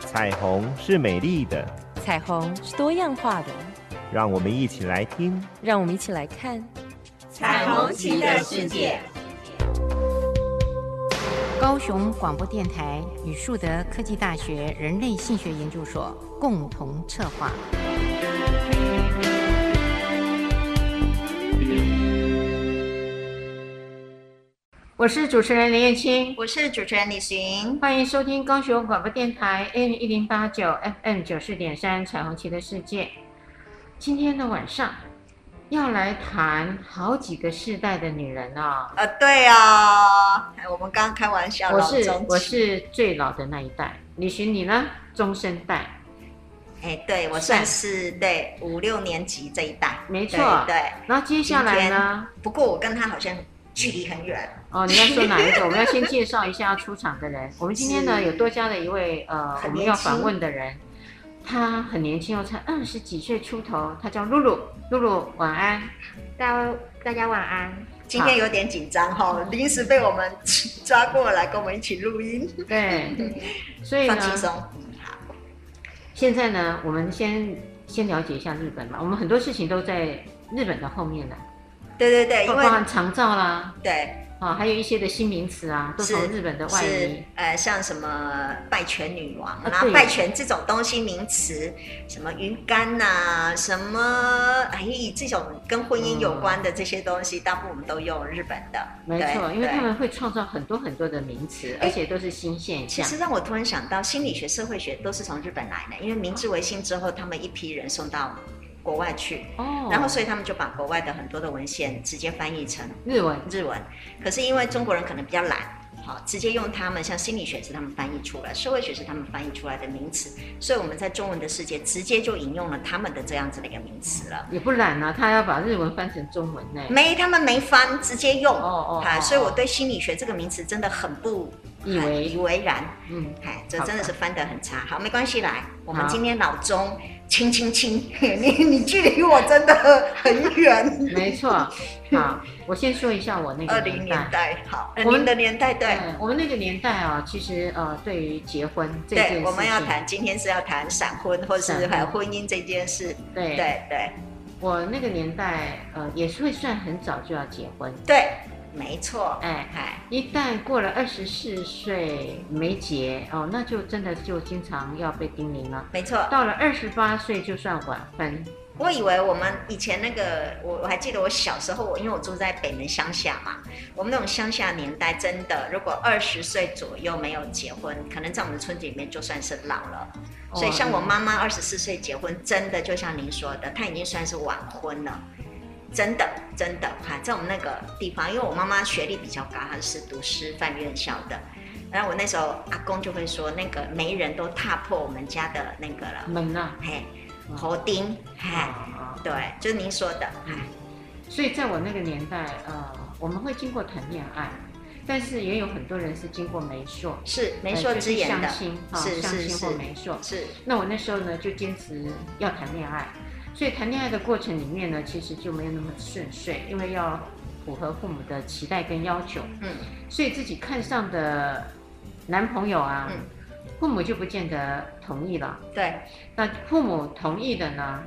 彩虹是美丽的，彩虹是多样化的，让我们一起来听。让我们一起来看。彩虹旗的世界。高雄广播电台与树德科技大学人类性学研究所共同策划。我是主持人林燕青，我是主持人李寻。欢迎收听高雄广播电台 AM 一零八九 FM 九四点三《彩虹旗的世界》。今天的晚上要来谈好几个世代的女人哦。呃，对啊，哎我们刚刚开玩笑，我老是中我是最老的那一代，李寻你呢？中生代，哎，对我算是对五六年级这一代，没错对对。然后接下来呢？不过我跟他好像距离很远，哦，你要说哪一个？我们要先介绍一下出场的人。我们今天呢是有多加了一位呃，我很们年轻要访问的人，他很年轻哦，才二十几岁出头，他叫露露。露露，晚安。大大家晚安。嗯今天有点紧张哈、哦，临时被我们 抓过来跟我们一起录音， 对，啊所以呢放，轻松。现在呢，我们先先了解一下日本吧。我们很多事情都在日本的后面呢，对对对，包包因为含长照啦，对啊，还有一些的新名词啊，都从是日本的外是移。呃，像什么拜权女王啊啦、对拜权这种东西名词，什么鱼竿呐、什么哎这种跟婚姻有关的这些东西，大部分我们都用日本的。嗯没对错，因为对他们会创造很多很多的名词，而且都是新现其象。实让我突然想到，心理学、社会学都是从日本来的，因为明治维新之后，他们一批人送到国外去，哦，然后所以他们就把国外的很多的文献直接翻译成日文日文。可是因为中国人可能比较懒，好，直接用他们像心理学是他们翻译出来，社会学是他们翻译出来的名词，所以我们在中文的世界直接就引用了他们的这样子的一个名词了。也不懒啊，他要把日文翻成中文呢。没，他们没翻，直接用。哦哦啊，哦所以我对心理学这个名词真的很不以很为以为然。嗯，哎，这好真的是翻得很差。好，没关系，来，我们好今天老钟，亲亲亲， 你你距离我真的很远。没错。 好，我先说一下我 那二个零年年代。代，好，我我们们的年代，对，嗯我们那个年代啊，其实呃，对于结婚这件事对，情，我们要谈，今天是要谈闪婚，或是闪婚还有婚姻这件事。对，对对我那个年代呃，也是会算很早就要结婚，对，没错。哎。哎，一旦过了二十四岁没结哦，那就真的就经常要被叮咛了。没错。到了二十八岁就算晚婚，我以为我们以前那个，我我还记得我小时候，我因为我住在北门乡下嘛，我们那种乡下年代，真的如果二十岁左右没有结婚，可能在我们的村子里面就算是老了。哦所以像我妈妈二十四岁结婚，真的就像您说的，她已经算是晚婚了。真的，真的哈，在我们那个地方，因为我妈妈学历比较高，她是读师范院校的。然后我那时候阿公就会说，那个媒人都踏破我们家的那个了，门呐、嘿，侯丁，嘿，啊对，就是您说的，所以在我那个年代，呃，我们会经过谈恋爱，但是也有很多人是经过媒妁，是媒呃妁就之是言的相，亲啊，是相是亲或是媒妁。是那我那时候呢，就坚持要谈恋爱，所以谈恋爱的过程里面呢，其实就没有那么顺遂，因为要符合父母的期待跟要求，嗯，所以自己看上的男朋友啊，嗯父母就不见得同意了。对，那父母同意的呢，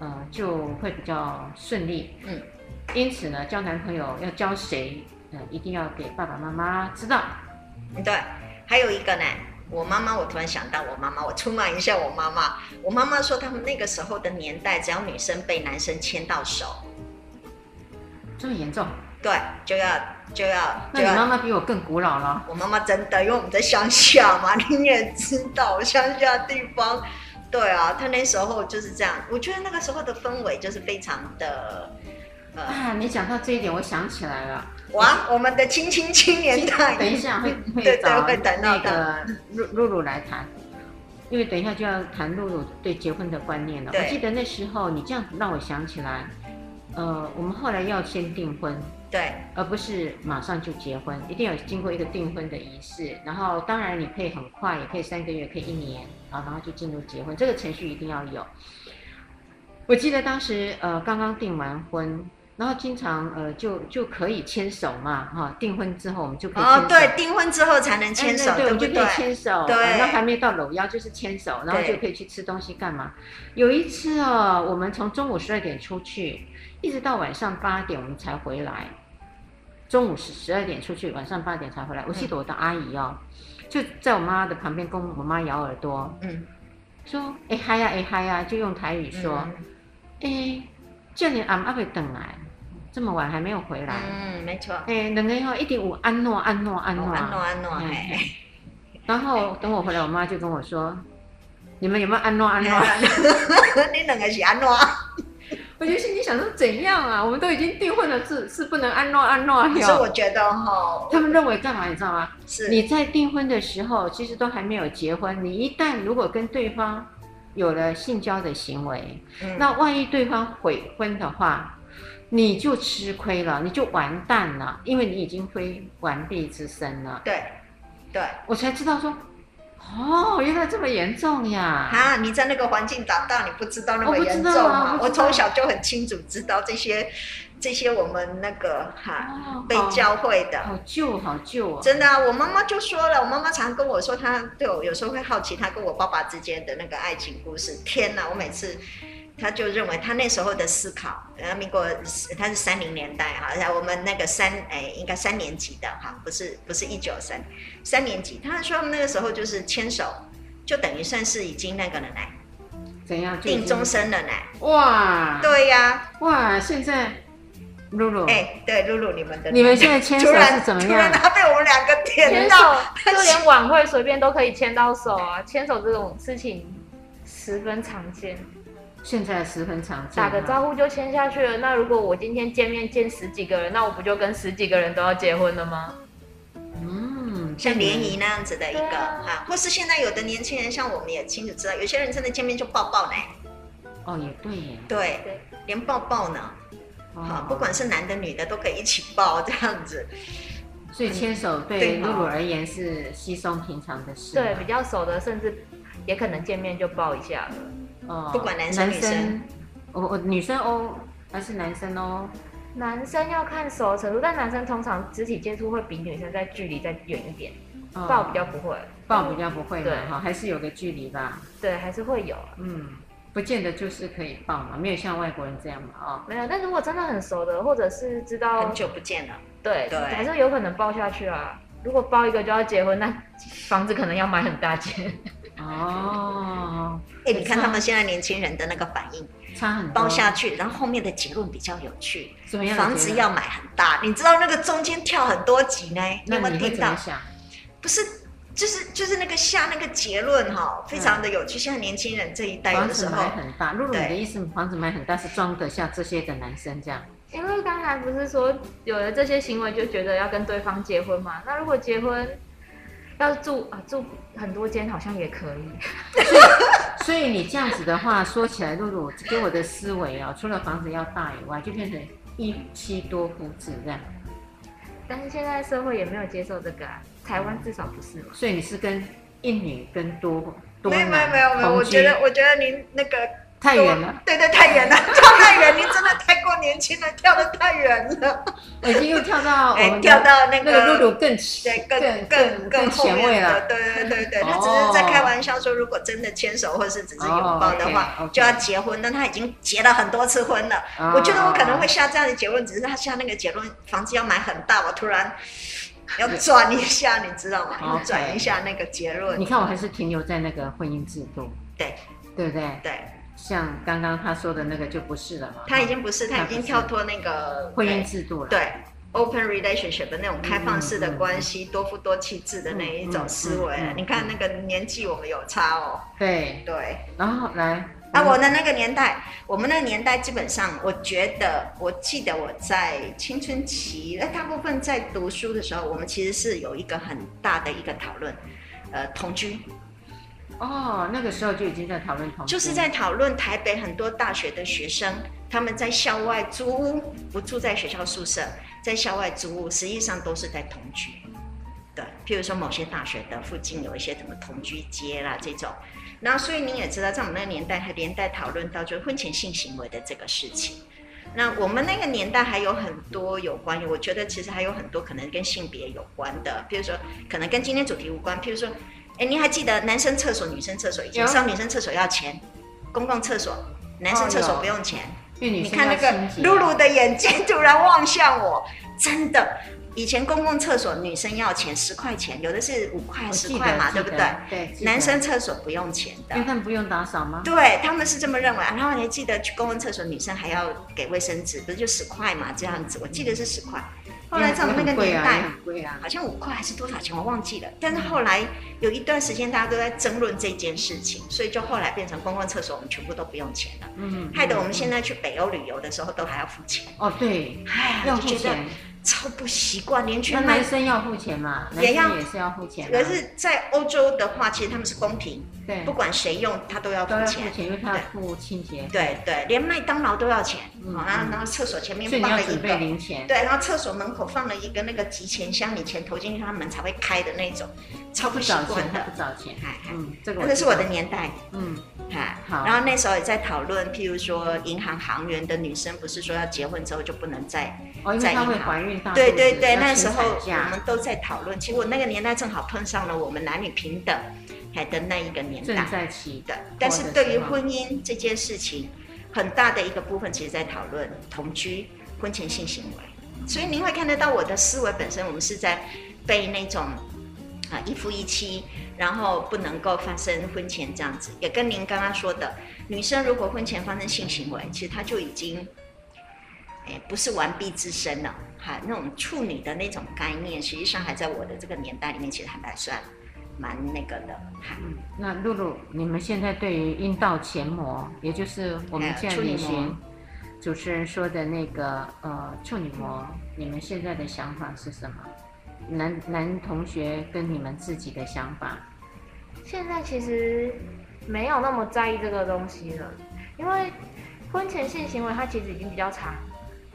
呃，就会比较顺利。嗯，因此呢，交男朋友要交谁，呃，一定要给爸爸妈妈知道。对，还有一个呢，我妈妈，我突然想到我妈妈，我出卖一下我妈妈。我妈妈说，他们那个时候的年代，只要女生被男生牵到手，这么严重？对，就要就要那就你妈要。妈比我更古老了。我妈妈真的，因为我们在乡下嘛， 你也知道乡下地方，对啊，她那时候就是这样。我觉得那个时候的氛围就是非常的，呃，啊，你讲到这一点，我想起来了。哇，我们的青青青年代，等一下 会对会对找会等那到个露露露来谈，因为等一下就要谈露露对结婚的观念了。对我记得那时候你这样让我想起来，呃，我们后来要先订婚，对，而不是马上就结婚，一定有经过一个订婚的仪式。然后，当然你可以很快，也可以三个月，可以一年啊，然后就进入结婚，这个程序一定要有。我记得当时呃刚刚订完婚，然后经常呃就就可以牵手嘛，哈、订婚之后我们就可以牵手哦，对，订婚之后才能哎牵手，对对我不就可以牵手，对然后还没到搂腰就是牵手，然后对就可以去吃东西干嘛？有一次哦，我们从中午十二点出去，一直到晚上八点我们才回来，中午十十二点出去，晚上八点才回来。我记得我的阿姨哦，就在我妈的旁边跟我妈摇耳朵，嗯，说哎嗨呀哎嗨呀，就用台语说嗯哎、叫你阿妈会等来，这么晚还没有回来，嗯，没错，哎、两个吼一定有安诺安诺安哦诺安诺安诺，嗯嘿。然后等我回来，我妈就跟我说：“你们有没有安诺安哎诺啊 你两个是安 怎？？”啊我就心里想说：“怎样啊？我们都已经订婚了，是是不能安诺安诺可是哟。我觉得哈，他们认为干嘛？你知道吗？是你在订婚的时候，其实都还没有结婚。你一旦如果跟对方有了性交的行为，嗯那万一对方悔婚的话，你就吃亏了，你就完蛋了，因为你已经灰完璧之身了。对对我才知道说，哦，原来这么严重呀！啊，你在那个环境长大，你不知道那么我不严知重道啊吗？不我知道从小就很清楚知道这些这些我们那个哈哦被教会的。好旧，好旧哦！真的啊，我妈妈就说了，我妈妈常跟我说，她对我有时候会好奇她跟我爸爸之间的那个爱情故事。天哪，我每次，她就认为她那时候的思考，呃，民国她是三零年代哈，然后我们那个三哎应该三年级的哈，不是不是一九三三年级，她说那个时候就是牵手，就等于算是已经那个了呢，怎样？就已定经终身了呢。哇！对呀、哇！现在露露，哎、对，露露你们的你们现在牵手突然是怎么突然样？她被我们两个点牵手到，就连晚会随便都可以牵到手啊，牵手这种事情十分常见，现在十分常见。打个招，呼就牵下去了。那如果我今天见面见十几个人，那我不就跟十几个人都要结婚了吗？嗯，像联谊那样子的一个对啊哈、或是现在有的年轻人，像我们也清楚知道，有些人真的见面就抱抱呢，哦，也对耶。对，对连抱抱呢，哦哈、不管是男的女的都可以一起抱这样子，所以牵手对嗯对露露而言是稀松平常的事嘛。对，比较熟的，甚至也可能见面就抱一下了。哦不管男生女生，我我女生哦，还是男生哦。男生要看熟程度，但男生通常肢体接触会比女生在距离再远一点，哦抱比较不会，抱比较不会嘛对哈，还是有个距离吧。对，还是会有。啊嗯，不见得就是可以抱嘛，没有像外国人这样嘛哦。没有，但如果真的很熟的，或者是知道很久不见了，对，对还是有可能包下去啊。如果包一个就要结婚，那房子可能要买很大间。哦，哎、你看他们现在年轻人的那个反应，差很多。抱下去，然后后面的结论比较有趣，怎么样？房子要，买很大，你知道那个中间跳很多级呢，你那有没你有会听怎到么？想？不是，就是就是那个下那个结论哈、非常的有趣。现在年轻人这一代有房的时子候买。很大，露露，你对的意思房子买很大是装得下这些的男生这样？ 因为刚才不是说有了这些行为就觉得要跟对方结婚嘛？那如果结婚要住啊住很多间好像也可以。 所以你这样子的话，说起来，露露给我的思维哦，除了房子要大以外，就变成一妻多夫制这样。但是现在社会也没有接受这个啊，台湾至少不是嘛。所以你是跟一女跟多多没有没有男没有没有，我同居觉得我觉得您那个太远了。，对对，太远了， 跳太远，您真的太过年轻了，跳的太远了，我已经又跳到我 哎们，的跳到那哦那个个露露更对更更更更后前卫面的，了。对对对对，哦他只是在开玩笑说，如果真的牵手或是只是拥抱的话哦，OK，OK 啊就要结婚，但他已经结了很多次婚了，我觉得我可能会下这样的结论，只是他下那个结论，房子要买很大，我突然。要转一下，你知道吗？要哦 OK 转一下那个结论。你看，我还是停留在那个婚姻制度，对对不对？对，像刚刚他说的那个就不是了嘛，他已经不是，他他已经不是跳脱那个婚姻对制度了，，对 open relationship 的那种开放式的嗯嗯关系，多夫多妻制的那一种思维。嗯嗯嗯嗯你看那个年纪，我们有差哦。对，对，然后来，啊，我的那个年代，我们那个年代基本上，我觉得，我记得我在青春期，那大部分在读书的时候，我们其实是有一个很大的一个讨论，呃，同居，哦，那个时候就已经在讨论同居，就是在讨论台北很多大学的学生，他们在校外租屋，不住在学校宿舍，在校外租屋，实际上都是在同居。对，譬如说某些大学的附近有一些什么同居街啦这种，然后所以你也知道，在我们那个年代，还连带讨论到就是婚前性行为的这个事情。那我们那个年代还有很多有关于，我觉得其实还有很多可能跟性别有关的，比如说可能跟今天主题无关，譬如说，哎，您还记得男生厕所、女生厕所以前有上女生厕所要钱，公共厕所男生哦厕所有不用钱。因为女你生看那要个清洁啊露露的眼睛突然望向我，真的，以前公共厕所女生要钱十块钱，有的是五块、我十记得块嘛，记对不得对？对，记男得嗯生厕所不用钱的因为，他们不用打扫吗？对他们是这么认为。然后你还记得去公共厕所，女生还要给卫生纸，不是就十块嘛？这样子，我记得是十块。后来在我们嗯也很那个贵年啊代，也很贵啊，好像五块还是多少钱，我忘记了。但是后来有一段时间大家都在争论这件事情，所以就后来变成公共厕所我们全部都不用钱了，嗯，害得我们现在在去北欧旅游的时候都还要付钱。哦对，哎呀，要我付就觉得钱，超不习惯，连去那卖男。生要付钱嘛，男也要生也是要付钱啊，可是，在欧洲的话，其实他们是公平，对不管谁用，他都要付都要付钱。钱，因为他要付清洁，对对，连麦当劳都要钱。嗯好，然后嗯然后厕所前面所以你放要了一准备个，零钱，对，然后厕所门口放了一个那个集钱箱，你钱投进去，他门才会开的那种，超不不习找钱惯他的。不找钱，哎，哎嗯，这个那个是我知的道，年代。嗯，哎，好然后那时候也在讨论，譬如说银行行员的女生，不是说要结婚之后就不能再哦，因在为她银会行怀孕大肚子，对对对，要那请时候产我假们都在讨论。其实我那个年代正好碰上了我们男女平等还的那一个年正代在期的，但是对于婚姻这件事情，很大的一个部分其实在讨论同居、婚前性行为。所以您会看得到我的思维本身，我们是在被那种啊一夫一妻，然后不能够发生婚前这样子。也跟您刚刚说的，女生如果婚前发生性行为，其实她就已经。哎，不是完璧之身了，哈，那种处女的那种概念，实际上还在我的这个年代里面，其实还蛮算蛮那个的，哈。嗯，那露露，你们现在对于阴道前膜，也就是我们哎现在处女旅行膜主持人说的那个呃处女膜，你们现在的想法是什么？男男同学跟你们自己的想法，现在其实没有那么在意这个东西了，因为婚前性行为它其实已经比较常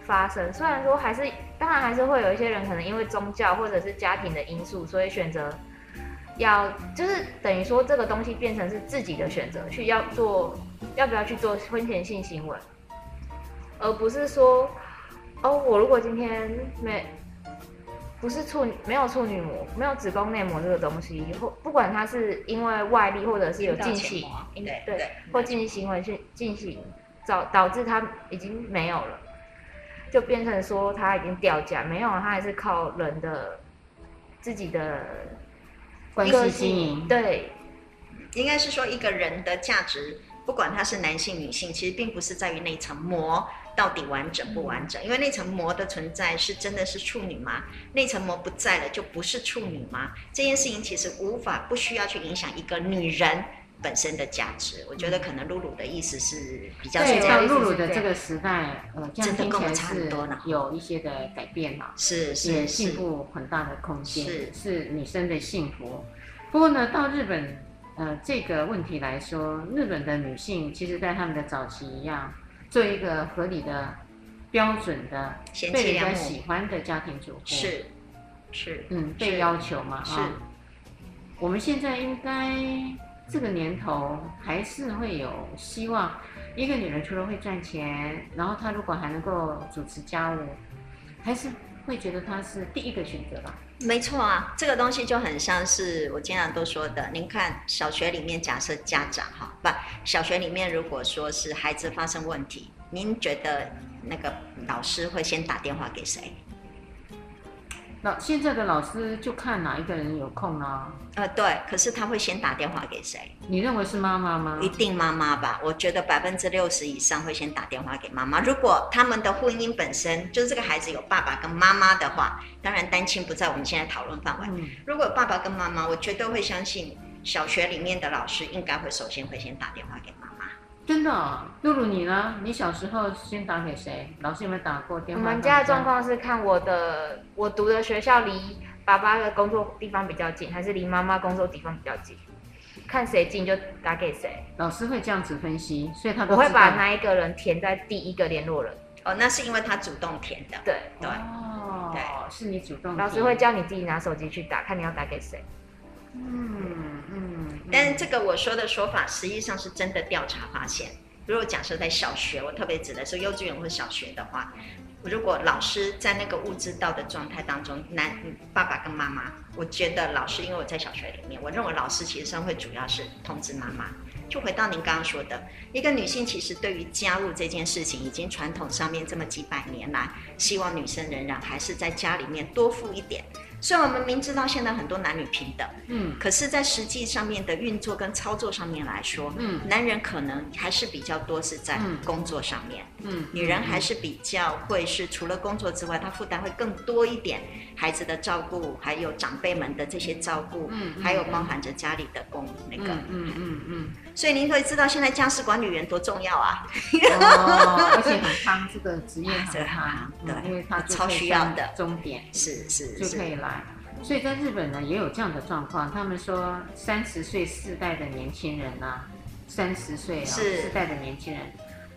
发生。虽然说还是，当然还是会有一些人可能因为宗教或者是家庭的因素，所以选择要就是等于说这个东西变成是自己的选择，去要做要不要去做婚前性行为，而不是说哦，我如果今天没不是处女，没有处女膜，没有子宫内膜这个东西，或不管它是因为外力或者是有阴道进前行膜，阴对对对，或进行行为去进行，导导致它已经没有了，就变成说它已经掉价，没有了，啊它还是靠人的自己的关个系性经营，对应该是说一个人的价值，不管他是男性女性，其实并不是在于那层膜到底完整不完整，因为那层膜的存在是真的是处女吗？那层膜不在了就不是处女吗？这件事情其实无法不需要去影响一个女人本身的价值。我觉得可能露露的意思是比较嗯是对，这到样，露露的这个时代，呃，这样真的听跟起我来们差很是多呢有一些的改变了。是也是进是，步很大的空间，是女生的幸福。不过呢，到日本，呃，这个问题来说，日本的女性其实在她们的早期一样，做一个合理的、标准的、贤被妻人家良喜母欢的家庭主妇，，是是嗯，被是要求嘛，是啊我们现在应该这个年头还是会有希望，一个女人除了会赚钱，然后她如果还能够主持家务，还是会觉得她是第一个选择吧。没错啊，这个东西就很像是我经常都说的。您看，小学里面假设家长哈，不，小学里面如果说是孩子发生问题，您觉得那个老师会先打电话给谁？老现在的老师就看哪一个人有空啦、呃，对，可是他会先打电话给谁？你认为是妈妈吗？一定妈妈吧？我觉得百分之六十以上会先打电话给妈妈。如果他们的婚姻本身就是这个孩子有爸爸跟妈妈的话，当然单亲不在我们现在讨论范围。嗯，如果爸爸跟妈妈，我绝对会相信小学里面的老师应该会首先会先打电话给妈妈。真的哦、露露你呢？你小时候先打给谁？老师有没有打过电我话？们家的状，况是看我的我读的学校离爸爸的工作地方比较近，还是离妈妈工作地方比较近，看谁近就打给谁。老师会这样子分析，所以他都我会知道把那一个人填在第一个联络人。哦，那是因为他主动填的。对，对哦，对是你主动提，老师会叫你自己拿手机去打，看你要打给谁。嗯嗯，嗯嗯但是这个我说的说法，实际上是真的调查发现，如果假设在小学，我特别指的是幼稚园或小学的话，如果老师在那个物质到的状态当中，男爸爸跟妈妈，我觉得老师，因为我在小学里面，我认为老师其实上会主要是通知妈妈。就回到您刚刚说的，一个女性其实对于加入这件事情，已经传统上面这么几百年来，希望女生仍然还是在家里面多付一点。虽然我们明知道现在很多男女平等，嗯可是，在实际上面的运作跟操作上面来说，嗯男人可能还是比较多是在嗯工作上面，嗯，女人还是比较会是除了工作之外，她负担会更多一点，孩子的照顾，还有长辈们的这些照顾，嗯嗯还有包含着家里的工那个，嗯嗯嗯嗯，所以您可以知道现在家事管理员多重要啊，哦，而且很夯，这个职业这很夯个行，嗯对因为它就超可以需要上的终点。是是就可以是，来。所以在日本呢，也有这样的状况。他们说，三十岁世代的年轻人呢、三十岁啊、是世代的年轻人，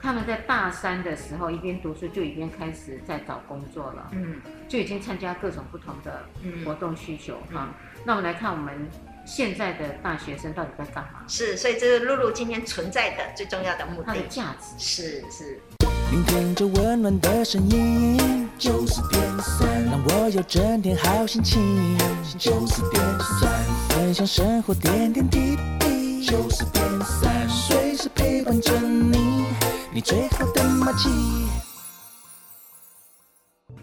他们在大三的时候一边读书就已经开始在找工作了，嗯就已经参加各种不同的活嗯，动需求啊。那我们来看我们现在的大学生到底在干嘛，是，所以这是露露今天存在的最重要的目它的的，价值。是是，聆听着温暖的声音，九四点三，让我有整天好心情。九四点三，分享生活点点滴滴。九四点三，随时陪伴着你，你最好的默契。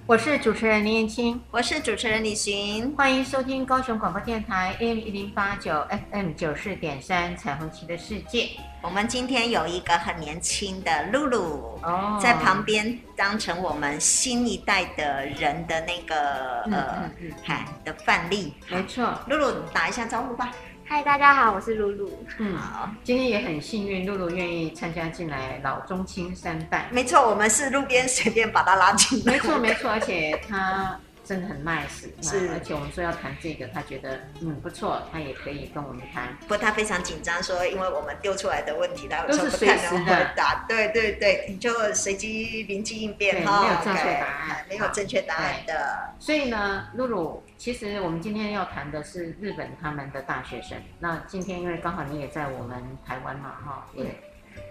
我是主持人林燕青，我是主持人李寻，欢迎收听高雄广播电台 AM 一零八九 FM 九四点三《彩虹旗的世界》我们今天有一个很年轻的露露。哦在旁边当成我们新一代的人的那个、嗯呃嗯嗯，嗨的范例。没错，露露打一下招呼吧。嗨，大家好，我是露露。嗯，好，今天也很幸运，露露愿意参加进来老中青三 代，没错，我们是路边随便把他拉进来。没错没错，而且她真的很 nice，是那而且我们说要谈这个，她觉得嗯不错，她也可以跟我们谈，不过他非常紧张，说因为我们丢出来的问题，他有都时候是不随太时能的回答。对对对，你就随机临机应变对哈，没有正确对答案哎哎没有正确答案的。所以呢，露露，其实我们今天要谈的是日本他们的大学生，那今天因为刚好你也在我们台湾嘛哈，也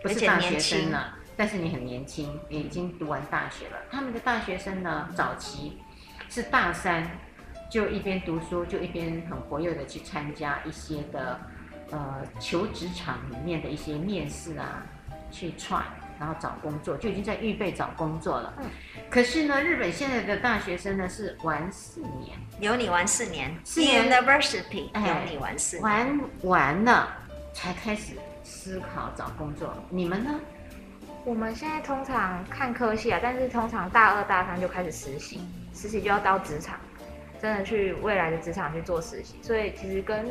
不而是且大年学生轻了。但是你很年轻，也已经读完大学了。他们的大学生呢，早期是大三就一边读书，就一边很活跃的去参加一些的呃求职场里面的一些面试啊，去 try，然后找工作，就已经在预备找工作了。嗯可是呢，日本现在的大学生呢是玩四年，有你玩四年四年，University 哎有你玩四年，玩完了才开始思考找工作。你们呢？嗯我们现在通常看科系啊，但是通常大二大三就开始实习，实习就要到职场，真的去未来的职场去做实习，所以其实跟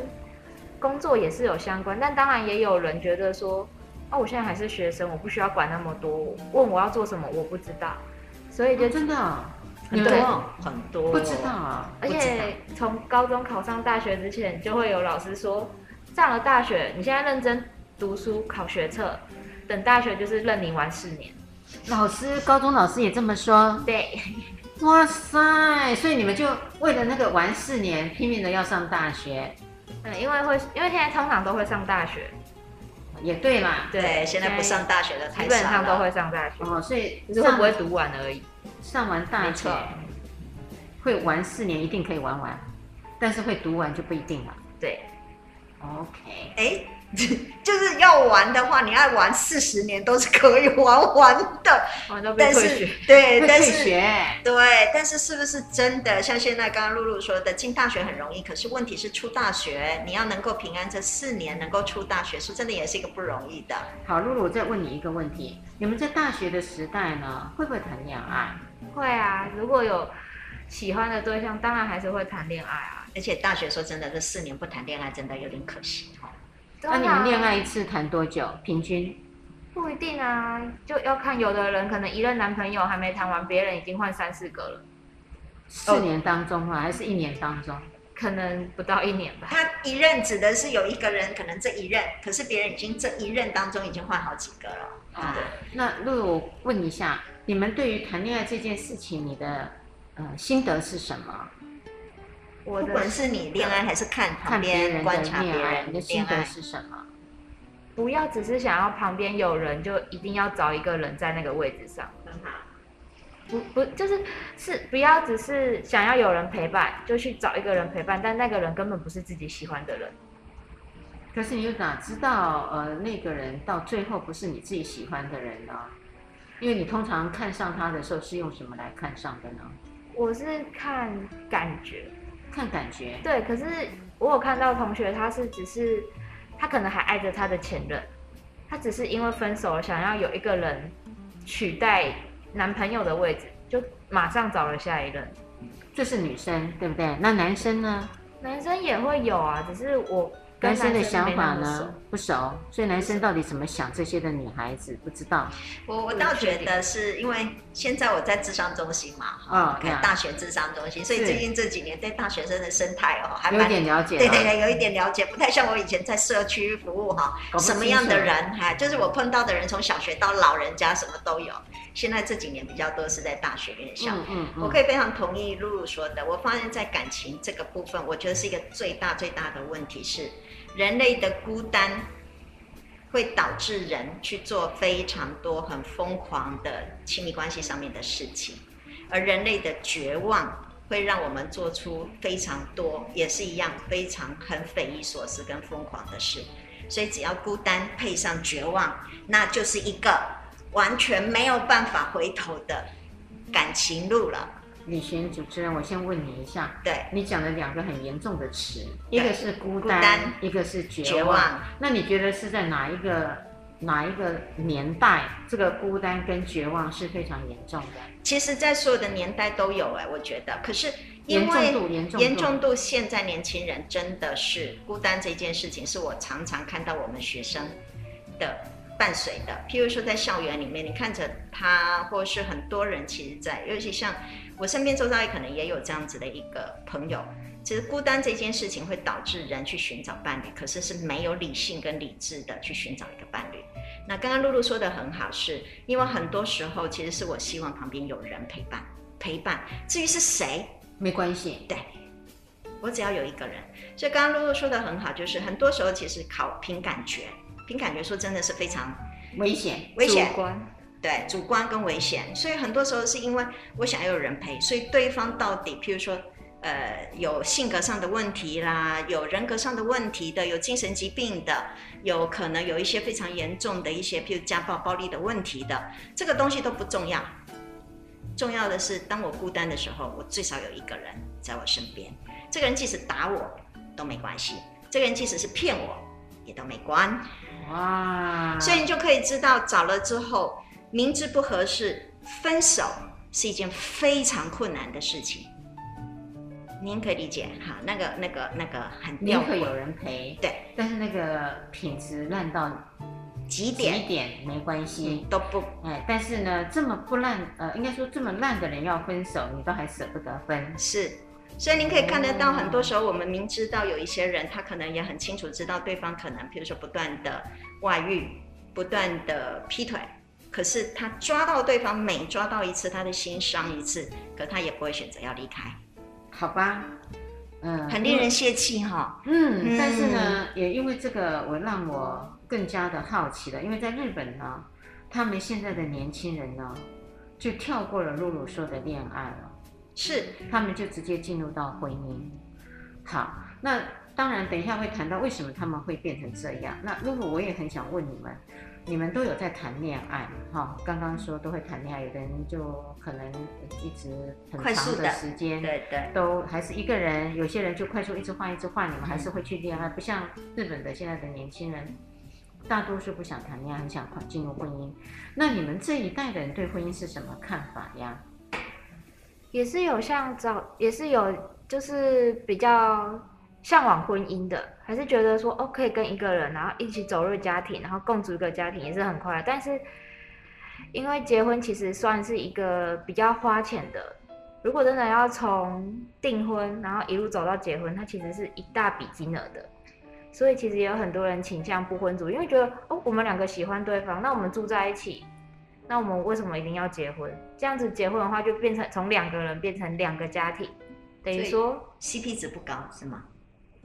工作也是有相关。但当然也有人觉得说，哦，我现在还是学生，我不需要管那么多，问我要做什么我不知道，所以就哦嗯真的哦、你很们多很多，不知道啊、而不知道且从高中考上大学之前，就会有老师说，上了大学，你现在认真读书考学测，等大学就是任你玩四年。老师，高中老师也这么说。对，哇塞！所以你们就为了那个玩四年，拼命的要上大学，嗯，因为会，因为现在通常都会上大学，也对啦。对，现在不上大学的基太本少上都了会上大学，哦，所以只是会上不会读完而已。上完大没学错会玩四年，一定可以玩完，但是会读完就不一定了。对， OK，哎， 就是要玩的话，你要玩四十年都是可以玩完 的，我们都被但退是学。对，会但退是学，对，但是是不是真的像现在刚刚露露说的，进大学很容易，可是问题是出大学，你要能够平安这四年能够出大学，说真的也是一个不容易的。好，露露，我再问你一个问题：你们在大学的时代呢，会不会谈恋爱？会啊，如果有喜欢的对象，当然还是会谈恋爱啊。而且大学说真的，这四年不谈恋爱真的有点可惜哦。那你们恋爱一次谈多久？平均？不一定啊，就要看有的人可能一任男朋友还没谈完，别人已经换三四个了，哦四年当中吗？还是一年当中？可能不到一年吧。他一任指的是有一个人可能这一任，可是别人已经这一任当中已经换好几个了。哦啊，那露露我问一下，你们对于谈恋爱这件事情，你的呃心得是什么？我不的管是你恋爱还是看旁看别边人观的察别恋爱，人你的恋心得爱，是什么？不要只是想要旁边有人，就一定要找一个人在那个位置上。很好。不不，就是是不要只是想要有人陪伴，就去找一个人陪伴，但那个人根本不是自己喜欢的人。可是你又哪知道，呃，那个人到最后不是你自己喜欢的人呢？因为你通常看上他的时候是用什么来看上的呢？我是看感觉，看感觉，对，可是我有看到同学，他是只是他可能还爱着他的前任，他只是因为分手了，想要有一个人取代男朋友的位置，就马上找了下一任。这是女生对不对？那男生呢？男生也会有啊，只是我跟男生的没想那法么熟呢？不熟，所以男生到底怎么想这些的女孩子不知道我我倒觉得是因为现在我在智商中心嘛，啊、看大呀学智商中心，所以是最近这几年对大学生的生态哦，还有一蛮点了嗯解对对了，对，有一点了解，不太像我以前在社区服务哈搞，不什么清样的楚人哈，就是我碰到的人，从小学到老人家什么都有。现在这几年比较多是在大学院校，嗯嗯我嗯，可以非常同意露露说的。我发现，在感情这个部分，我觉得是一个最大最大的问题是，人类的孤单会导致人去做非常多很疯狂的亲密关系上面的事情，而人类的绝望会让我们做出非常多，也是一样非常很匪夷所思跟疯狂的事。所以，只要孤单配上绝望，那就是一个完全没有办法回头的感情路了。李寻主持人，我先问你一下，对，你讲了两个很严重的词，对一个是孤孤单，单一个是绝绝望那你觉得是在哪一个哪一个年代，这个孤单跟绝望是非常严重的？其实，在所有的年代都有哎、我觉得。可是因严重为度，严重度，严重度，现在年轻人真的是孤单这件事情，是我常常看到我们学生的伴随的。譬如说，在校园里面，你看着他，或是很多人，其实在，尤其像我身边周遭，也可能也有这样子的一个朋友。其实孤单这件事情会导致人去寻找伴侣，可是是没有理性跟理智的去寻找一个伴侣。那刚刚露露说的很好是，因为很多时候其实是我希望旁边有人陪伴，陪伴。至于是谁，没关系，对，我只要有一个人。所以刚刚露露说的很好，就是很多时候其实考凭感觉，凭感觉说真的是非常危险，危险主，观，对，主观跟危险。所以很多时候是因为我想要有人陪，所以对方到底，譬如说。呃，有性格上的问题啦，有人格上的问题的，有精神疾病的，有可能有一些非常严重的一些，譬如家暴、暴力的问题的，这个东西都不重要。重要的是，当我孤单的时候，我最少有一个人在我身边。这个人即使打我都没关系，这个人即使是骗我也都没关。哇，所以你就可以知道，找了之后明知不合适，分手是一件非常困难的事情。您可以理解哈，那个、那个、那个很宁吊可诡，有人陪，对，但是那个品质烂到几极点嗯点没关系。都不哎，但是呢，这么不烂，呃，应该说这么烂的人要分手，你都还舍不得分，是。所以您可以看得到，很多时候我们明知道有一些人，他可能也很清楚知道对方可能，比如说不断的外遇、不断的劈腿，可是他抓到对方，每抓到一次，他的心伤一次，可他也不会选择要离开，好吧？嗯，很令人泄气哈、嗯，但是嗯呢，也因为这个，我让我更加的好奇了，因为在日本呢，他们现在的年轻人呢，就跳过了露露说的恋爱了。是他们就直接进入到婚姻。好，那当然，等一下会谈到为什么他们会变成这样。那如果我也很想问你们，你们都有在谈恋爱哈、刚刚说都会谈恋爱，有的人就可能一直快很速长的的时间，对对，都还是一个人，有些人就快速一直换一直换，你嗯们还是会去恋爱，不像日本的现在的年轻人，大多数不想谈恋爱，很想快进入婚姻。那你们这一代的人对婚姻是什么看法呀？也是有像找，也是有就是比较向往婚姻的，还是觉得说哦，可以跟一个人，然后一起走入家庭，然后共组一个家庭也是很快乐。但是因为结婚其实算是一个比较花钱的，如果真的要从订婚，然后一路走到结婚，它其实是一大笔金额的。所以其实也有很多人倾向不婚族，因为觉得哦，我们两个喜欢对方，那我们住在一起，那我们为什么一定要结婚？这样子结婚的话，就变成从两个人变成两个家庭，等于对说 CP 值不高是吗？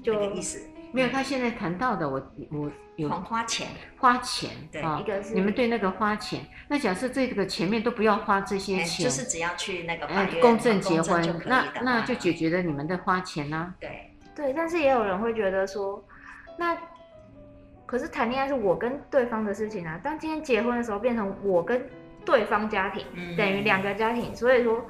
就那个意思，没有，他现在谈到的，我我有狂花钱，花钱，对啊一个是你们对那个花钱，那假设这个前面都不要花这些哎钱，就是只要去那个法哎院啊公证结公婚就可，以那的那话就解决了你们的花钱啊呐、对，对，但是也有人会觉得说，那可是谈恋爱是我跟对方的事情啊，当今天结婚的时候变成我跟对方家庭，嗯等于两个家庭，所以说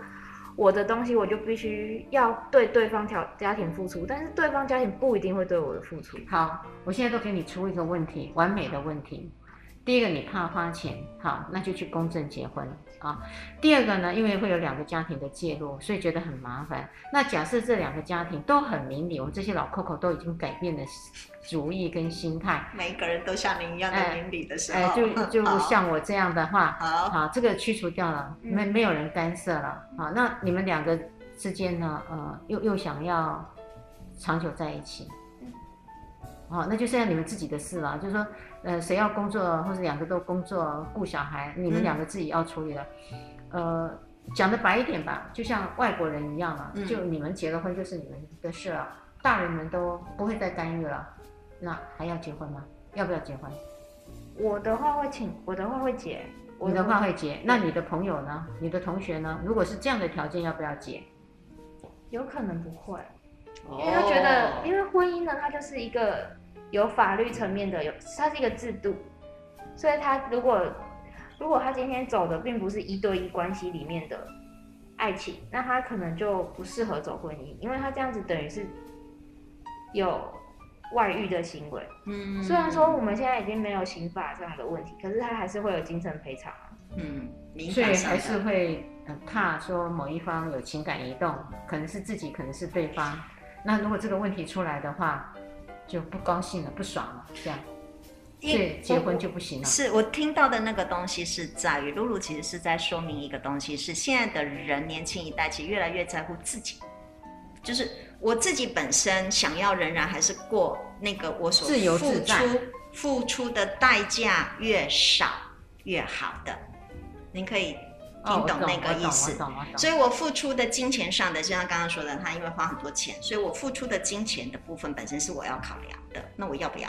我的东西我就必须要对对方条家庭付出，但是对方家庭不一定会对我的付出。好，我现在都给你出一个问题，完美的问题。第一个，你怕花钱，好，那就去公证结婚啊。第二个呢，因为会有两个家庭的介入，所以觉得很麻烦。那假设这两个家庭都很明理，我们这些老 Coco 都已经改变了主意跟心态，每一个人都像您一样的哎邻里的时哎、候，就就好像我这样的话，好，好，这个去除掉了，嗯没没有人干涉了。好，那你们两个之间呢，呃，又又想要长久在一起，嗯好，那就剩下你们自己的事了。就是说，呃，谁要工作，或者两个都工作顾小孩，你们嗯两个自己要处理了。呃，讲的白一点吧，就像外国人一样嘛，嗯就你们结了婚就是你们的事了，大人们都不会再干预了。那还要结婚吗？要不要结婚？我的话会请，我的话会结，我你的话会结，那你的朋友呢？你的同学呢？如果是这样的条件，要不要结？有可能不会，因因为他觉哦得，因为婚姻呢，它就是一个有法律层面的，有它是一个制度，所以他如果如果他今天走的并不是一对一关系里面的爱情，那他可能就不适合走婚姻，因为他这样子等于是有外遇的行为。嗯虽然说我们现在已经没有刑法上的问题，可是他还是会有精神赔偿啊。嗯，敏所以感上还的是会呃怕说某一方有情感移动，可能是自己，可能是对方。那如果这个问题出来的话，就不高兴了，不爽了，这样，所因以结婚我就不行了。是我听到的那个东西是在于，露露其实是在说明一个东西，是现在的人年轻一代其实越来越在乎自己，就是我自己本身想要仍然还是过那个我所自由付自出在付出的代价越少越好的，您可以哦，听我懂懂，那个我意懂思我。懂，我懂。所以我付出的金钱上的，就像刚刚说的，他因为花很多钱，所以我付出的金钱的部分本身是我要考量的，那我要不要？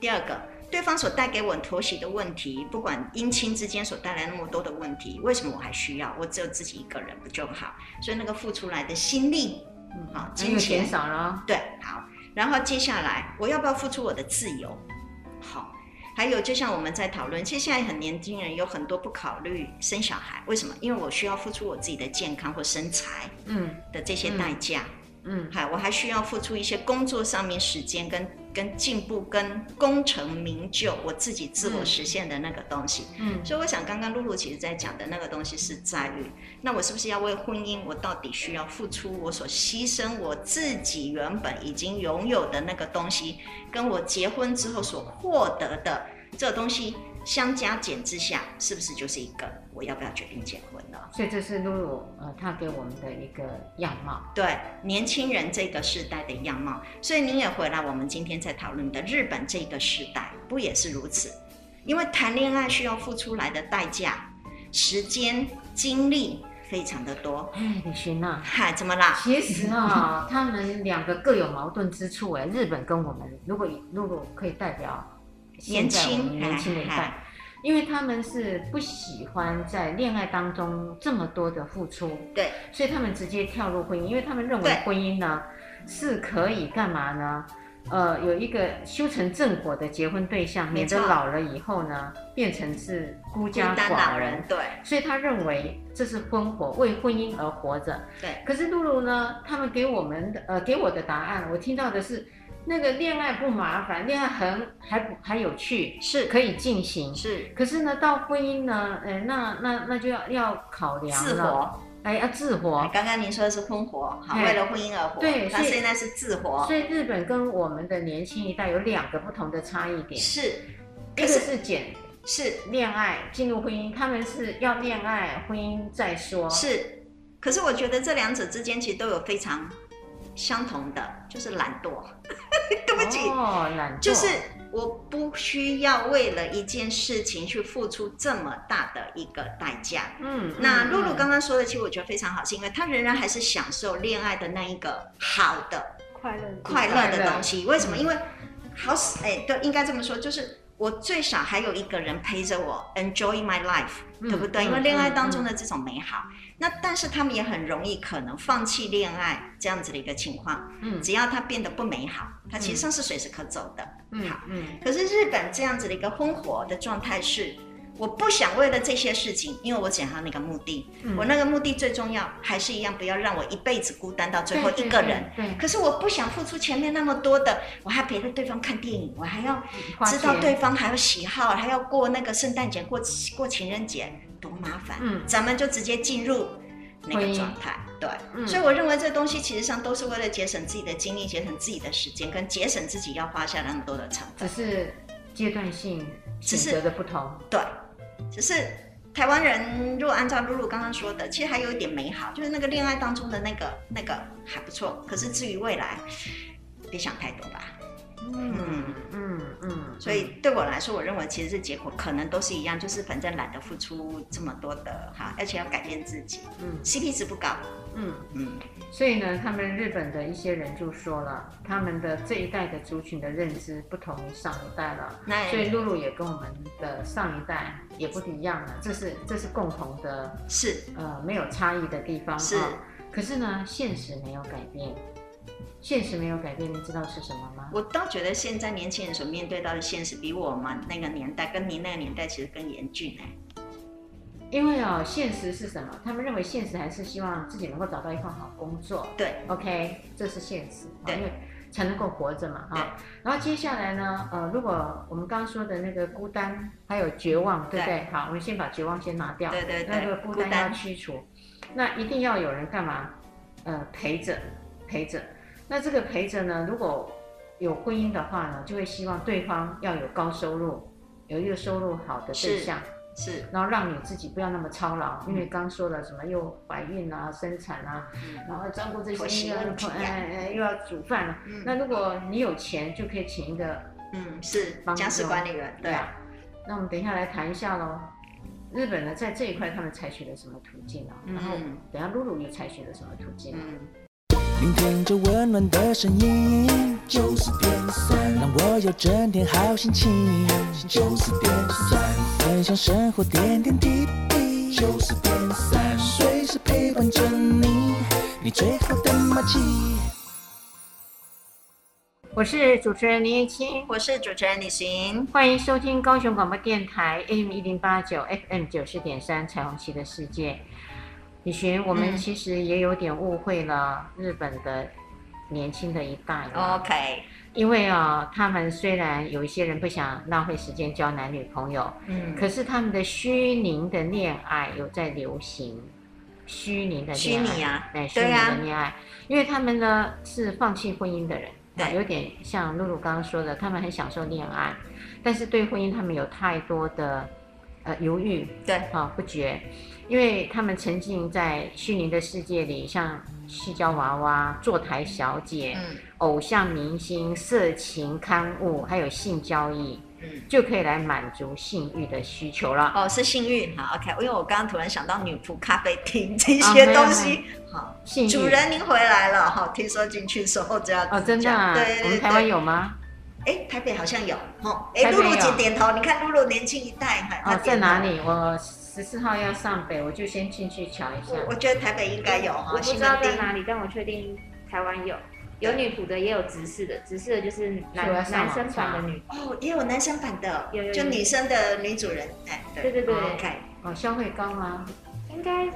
第二个，对方所带给我妥协的问题，不管姻亲之间所带来那么多的问题，为什么我还需要？我只有自己一个人不就好？所以那个付出来的心力，嗯好，那金又钱减少了哦。对，好。然后接下来我要不要付出我的自由？好，还有就像我们在讨论，其实现在很年轻人有很多不考虑生小孩，为什么？因为我需要付出我自己的健康或身材嗯的这些代价，嗯，还、我还需要付出一些工作上面时间跟跟进步跟功成名就我自己自我嗯实现的那个东西。嗯所以我想，刚刚露露其实在讲的那个东西是在于，那我是不是要为婚姻，我到底需要付出我所牺牲我自己原本已经拥有的那个东西，跟我结婚之后所获得的这个东西相加减之下，是不是就是一个我要不要决定结婚了？所以这是露露呃，她给我们的一个样貌。 对年轻人这个时代的样貌，所以您也回来，我们今天在讨论的日本这个时代，不也是如此？因为谈恋爱需要付出来的代价、时间、精力非常的多。哎，李寻呐、嗨，怎么啦？其实 啊、他们两个各有矛盾之处哎。日本跟我们，如果以露露可以代表现在我们年轻年轻的一哎代，因为他们是不喜欢在恋爱当中这么多的付出，对，所以他们直接跳入婚姻，因为他们认为对婚姻呢是可以干嘛呢？呃，有一个修成正果的结婚对象，没免得错老了以后呢变成是孤孤家单寡老人人，，对所以他认为这是婚活，为婚姻而活着。对，可是露露呢，他们给我们的呃给我的答案，我听到的是，那个恋爱不麻烦，恋爱很还不还有趣，是可以进行。是可是呢，到婚姻呢，呃，那那那就要要考量自了，活。哎，要自活。刚刚您说的是婚活，好，哎为了婚姻而活。对那所以现在是自活所，以日本跟我们的年轻一代有两个不同的差异点，是一个是简是恋爱进入婚姻，他们是要恋爱，婚姻再说。是，可是我觉得这两者之间其实都有非常相同的，就是懒惰。 对不起，哦，懒惰就是我不需要为了一件事情去付出这么大的一个代价。嗯，那嗯露露嗯刚刚说的，其实我觉得非常好，是因为她仍然还是享受恋爱的那一个好的、快乐的地方快乐的东西。为什么？嗯因为好死哎，对，应该这么说，就是我最少还有一个人陪着我，enjoy my life，、嗯对不对？嗯因为恋爱当中的这种美好，那但是他们也很容易可能放弃恋爱这样子的一个情况，嗯只要它变得不美好，它其实上是随时可走的。嗯好，嗯可是日本这样子的一个婚火的状态是，我不想为了这些事情，因为我想要那个目的，嗯我那个目的最重要，还是一样，不要让我一辈子孤单到最后一个人。，对对对，可是我不想付出前面那么多的，我还陪着对方看电影，我还要对花知道钱对方还有喜好，还要过那个圣诞节、过过情人节，多麻烦。嗯咱们就直接进入那婚个姻状态。对，嗯所以我认为这东西其实上都是为了节省自己的精力、节省自己的时间，跟节省自己要花下那么多的成只本。是阶段性只是选择的不同，对，只是台湾人如果按照露露刚刚说的，其实还有一点美好，就是那个恋爱当中的那个那个还不错。可是至于未来，别想太多吧。嗯嗯嗯，所以对我来说，我认为其实这结果可能都是一样，就是反正懒得付出这么多的哈，而且要改变自己嗯，CP 值不高，嗯。嗯，所以呢，他们日本的一些人就说了，他们的这一代的族群的认知不同于上一代了。那所以露露也跟我们的上一代也不一样了，这是这是共同的，是呃，没有差异的地方是啊。可是呢，现实没有改变，现实没有改变，你知道是什么吗？我倒觉得现在年轻人所面对到的现实，比我们那个年代跟您那个年代其实更严峻哎、因为哦，现实是什么？他们认为现实还是希望自己能够找到一份好工作，对， OK，这是现实，啊对因为才能够活着嘛啊。然后接下来呢，呃，如果我们刚刚说的那个孤单还有绝望，对不对？好，我们先把绝望先拿掉，对对那个对，孤单要去除，那一定要有人干嘛？呃，陪着，陪着。那这个陪着呢，如果有婚姻的话呢，就会希望对方要有高收入，有一个收入好的对是象，是然后让你自己不要那么操劳，因为嗯刚说了什么又怀孕啊、生产啊，嗯然后照顾这婆些媳又要问题啊哎哎又要煮饭了。嗯那如果你有钱，就可以请一个嗯是帮家事佣管理员，对，啊。那我们等一下来谈一下喽。日本呢，在这一块他们采取了什么途径啊？然后嗯等一下露露又采取了什么途径啊？嗯，聆听着温暖的声音，九四点三，让我有整天好心情。九四点三，分享生活点点滴滴。九四点三，随时陪伴着你，你最好的默契。我是主持人林燕青，我是主持人李寻，欢迎收听高雄广播电台 AM 一零八九 FM 九十点三《彩虹旗的世界》。李寻，我们嗯其实也有点误会了日本的年轻的一代了。 ，OK，因为啊、他们虽然有一些人不想浪费时间交男女朋友，嗯，可是他们的虚拟的恋爱有在流行，虚拟的虚恋爱，拟啊哎，虚拟对啊的恋爱，因为他们呢是放弃婚姻的人，对啊有点像露露刚刚说的，他们很享受恋爱，但是对婚姻他们有太多的呃犹豫，对，啊、不觉，因为他们沉浸在虚拟的世界里，像细胶娃娃、坐台小姐。嗯偶像明星、色情刊物，还有性交易，嗯。就可以来满足性欲的需求了。哦，是幸运好 OK，因为我刚刚突然想到女仆咖啡哦厅这些东西，好，性欲主人您回来了哈，听说进去之后就要嗯哦，真的、啊，对对对，我们台湾有吗？哎，台北好像有哦，台北哎，露露有姐点头，你看露露年轻一代，哈哦，在哪？她点里？我十四号要上北，我就先进去瞧一头下我。我觉得台北应该有我哈，不知西道门在町哪里，但我确定台湾有，有女仆的，也有直视的，直视的就是是男我要上网男生版的女仆。哦，也有男生版的有有，有就女生的女主人，哎，对对对， ，OK，哦，消费高吗应该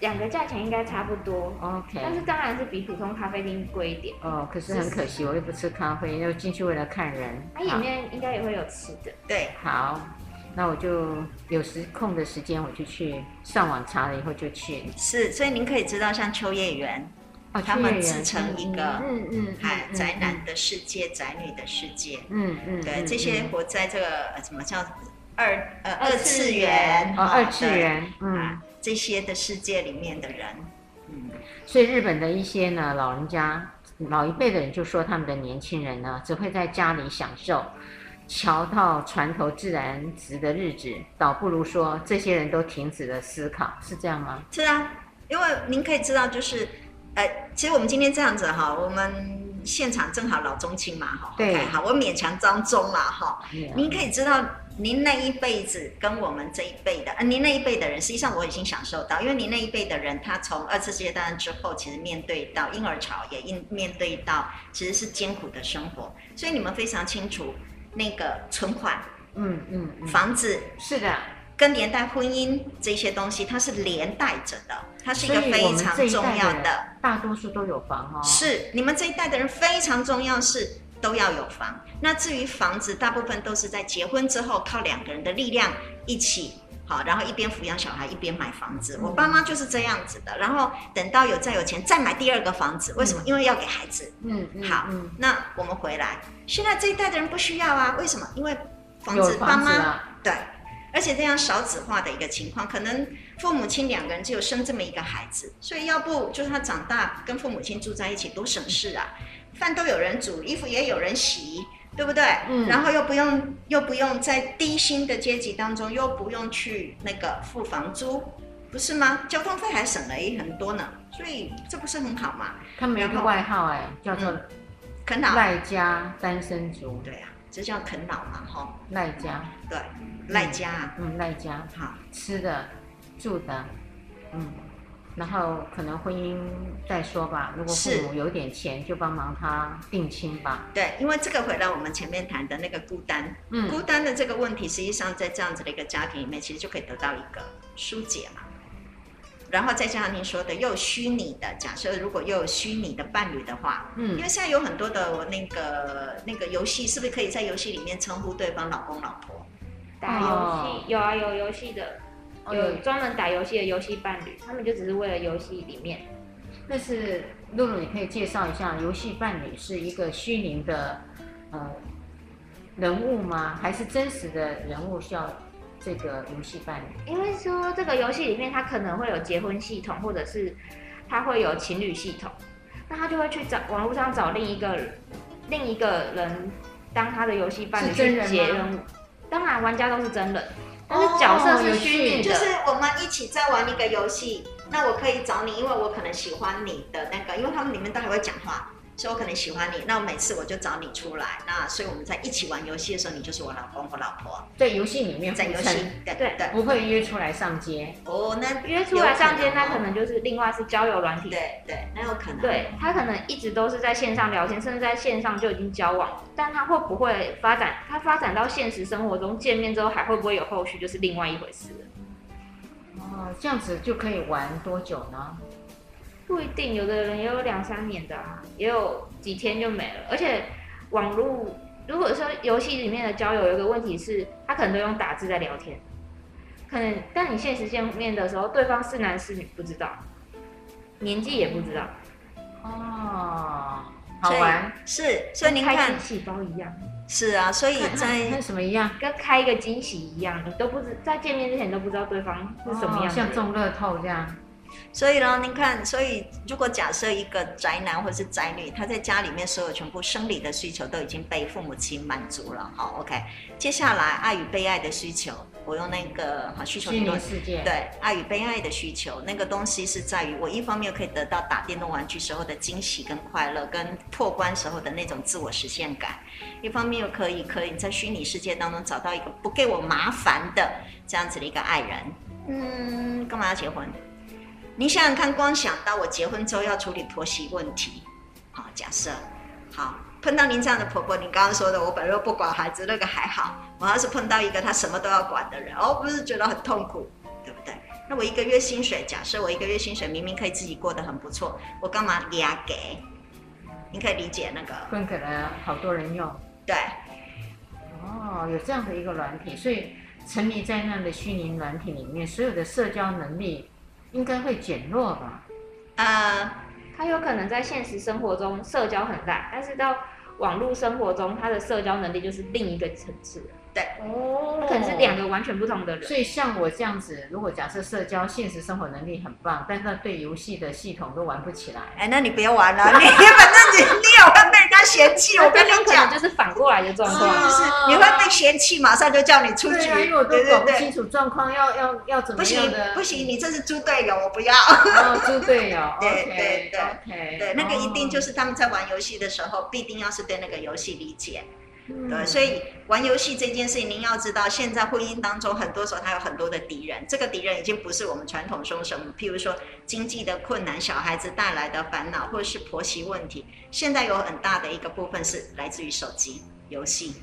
两个价钱应该差不多，但是？OK。当然是比普通咖啡厅贵一点。哦，可是很可惜，我又不吃咖啡，又进去为了看人。它里面应该也会有吃的，对，好，好那我就有时空的时间，我就去上网查了以后就去。是，所以您可以知道，像秋叶原，哦，他去们演自成一嗯个嗯嗯，哎，嗯宅男，的世界，宅女的世界，嗯嗯嗯，对，嗯这些嗯活在这个呃怎么叫二呃二二次次元元哦，啊二次对元，嗯啊。这些的世界里面的人，嗯，所以日本的一些呢老人家、老一辈的人就说，他们的年轻人呢只会在家里享受桥到船头自然直的日子，倒不如说这些人都停止了思考，是这样吗？是啊，因为您可以知道，就是呃，其实我们今天这样子哈，我们。现场正好老中青嘛哈，对 OK，好，我勉强当中啦哈。您可以知道，您那一辈子跟我们这一辈的，呃，您那一辈的人，实际上我已经享受到，因为您那一辈的人，他从二次世界大战之后，其实面对到婴儿潮，也应面对到其实是艰苦的生活，所以你们非常清楚那个存款、嗯嗯嗯，房子、是的，跟连带婚姻这些东西，它是连带着的，它是一个所以我非们常这一重代要人的。大多数都有房哦。是你们这一代的人非常重要，是都要有房。那至于房子，大部分都是在结婚之后靠两个人的力量一起。好，然后一边抚养小孩，一边买房嗯子。我爸妈就是这样子的。然后等到有再有钱，再买第二个房子。为什么？因为要给孩子。嗯嗯，好嗯，那我们回来，现在这一代的人不需要啊？为什么？因为房有子，爸房妈、子啊了，对，而且这样少子化的一个情况，可能父母亲两个人只有生这么一个孩子，所以要不就是他长大跟父母亲住在一起多省事啊，饭都有人煮，衣服也有人洗，对不对？嗯然后又不用又不用在低薪的阶级当中，又不用去那个付房租。不是吗？交通费还省了一很多呢，所以这不是很好吗？他们有一个然后外号哎，叫做嗯啃老，赖家单身族，对啊，这叫啃老嘛，哈，赖家，对，赖家啊，嗯，赖家，好，吃的、住的，嗯，然后可能婚姻再说吧。如果父是母有点钱，就帮忙他定亲吧。对，因为这个回到我们前面谈的那个孤单，嗯孤单的这个问题，实际上在这样子的一个家庭里面，其实就可以得到一个疏解嘛。然后再加上您说的又有虚拟的，假设如果又有虚拟的伴侣的话，因嗯为现在有很多的那个那个游戏，是不是可以在游戏里面称呼对方老公老婆？打游戏、哦有啊，有游戏的，哦有有专门打游戏的游戏伴侣，他们就只是为了游戏里面。那是露露，你可以介绍一下游戏伴侣是一个虚拟的呃人物吗？还是真实的人物需要这个游戏伴侣？因为说这个游戏里面，它可能会有结婚系统，或者是它会有情侣系统，那他就会去找网络上找另一个另一个人当他的游戏伴侣是真去人接吗任务。当然，玩家都是真人，但是角色哦有是虚拟趣的。就是我们一起在玩一个游戏，那我可以找你，因为我可能喜欢你的那个，因为他们里面都还会讲话，所以我可能喜欢你。那我每次我就找你出来，那所以我们在一起玩游戏的时候，你就是我老公，我老婆，在游戏里面在互游戏称，对对对。不会约出来上街。哦，那约出来上街，有可能哦那可能就是另外是交友软体。对对，那有可能。对他可能一直都是在线上聊天，甚至在线上就已经交往，但他会不会发展？他发展到现实生活中见面之后，还会不会有后续，就是另外一回事了。哦，这样子就可以玩多久呢？不一定，有的人也有两三年的啊，也有几天就没了。而且网络，如果说游戏里面的交友，有一个问题是，他可能都用打字在聊天，可能但你现实见面的时候，对方是男是女不知道，年纪也不知道，哦，好所以玩。是，所以您跟开看惊，喜包一样，是啊，所以跟 在什么一样？跟开一个惊喜一样，你都不知在见面之前都不知道对方是什么哦样的人、像中乐透这样。所以呢，您看，所以如果假设一个宅男或是宅女，他在家里面所有全部生理的需求都已经被父母亲满足了，好，OK，接下来爱与被爱的需求，我用那个好需求虚理拟论。世界。，对，爱与被爱的需求，那个东西是在于我一方面可以得到打电动玩具时候的惊喜跟快乐，跟破关时候的那种自我实现感；一方面又可以可以在虚拟世界当中找到一个不给我麻烦的这样子的一个爱人。嗯，干嘛要结婚？你想想看，光想到我结婚之后要处理婆媳问题，好，假设好碰到您这样的婆婆，您刚刚说的，我本来又不管孩子，那个还好。我要是碰到一个她什么都要管的人，哦，不是觉得很痛苦，对不对？那我一个月薪水，假设我一个月薪水明明可以自己过得很不错，我干嘛压给？你可以理解那个分给了好多人用。对，哦，有这样的一个软体，所以沉迷在那样的虚拟软体里面，所有的社交能力应该会减弱吧？呃，他有可能在现实生活中社交很烂，但是到网络生活中，他的社交能力就是另一个层次了。对对，哦，可能是两个完全不同的人。所以像我这样子，如果假设社交、现实生活能力很棒，但是对游戏的系统都玩不起来，哎，那你别 玩了，你反正你你也会被人家嫌弃，我那跟对你方可能讲，就是反过来的状哦是况。是是，你会被嫌弃，马上就叫你出对局，啊，因为我都对搞对不对清，楚状况，要要要怎不么样行的，不行，你这是猪队友，我不要。哦，猪队友 对，OK 对对 OK，对，那个一定就是是他们在玩游戏的时候，必定要是对那个游戏理解。嗯对，所以玩游戏这件事情，您要知道，现在婚姻当中，很多时候它有很多的敌人，这个敌人已经不是我们传统说什么，譬如说经济的困难、小孩子带来的烦恼，或者是婆媳问题。现在有很大的一个部分是来自于手机游戏，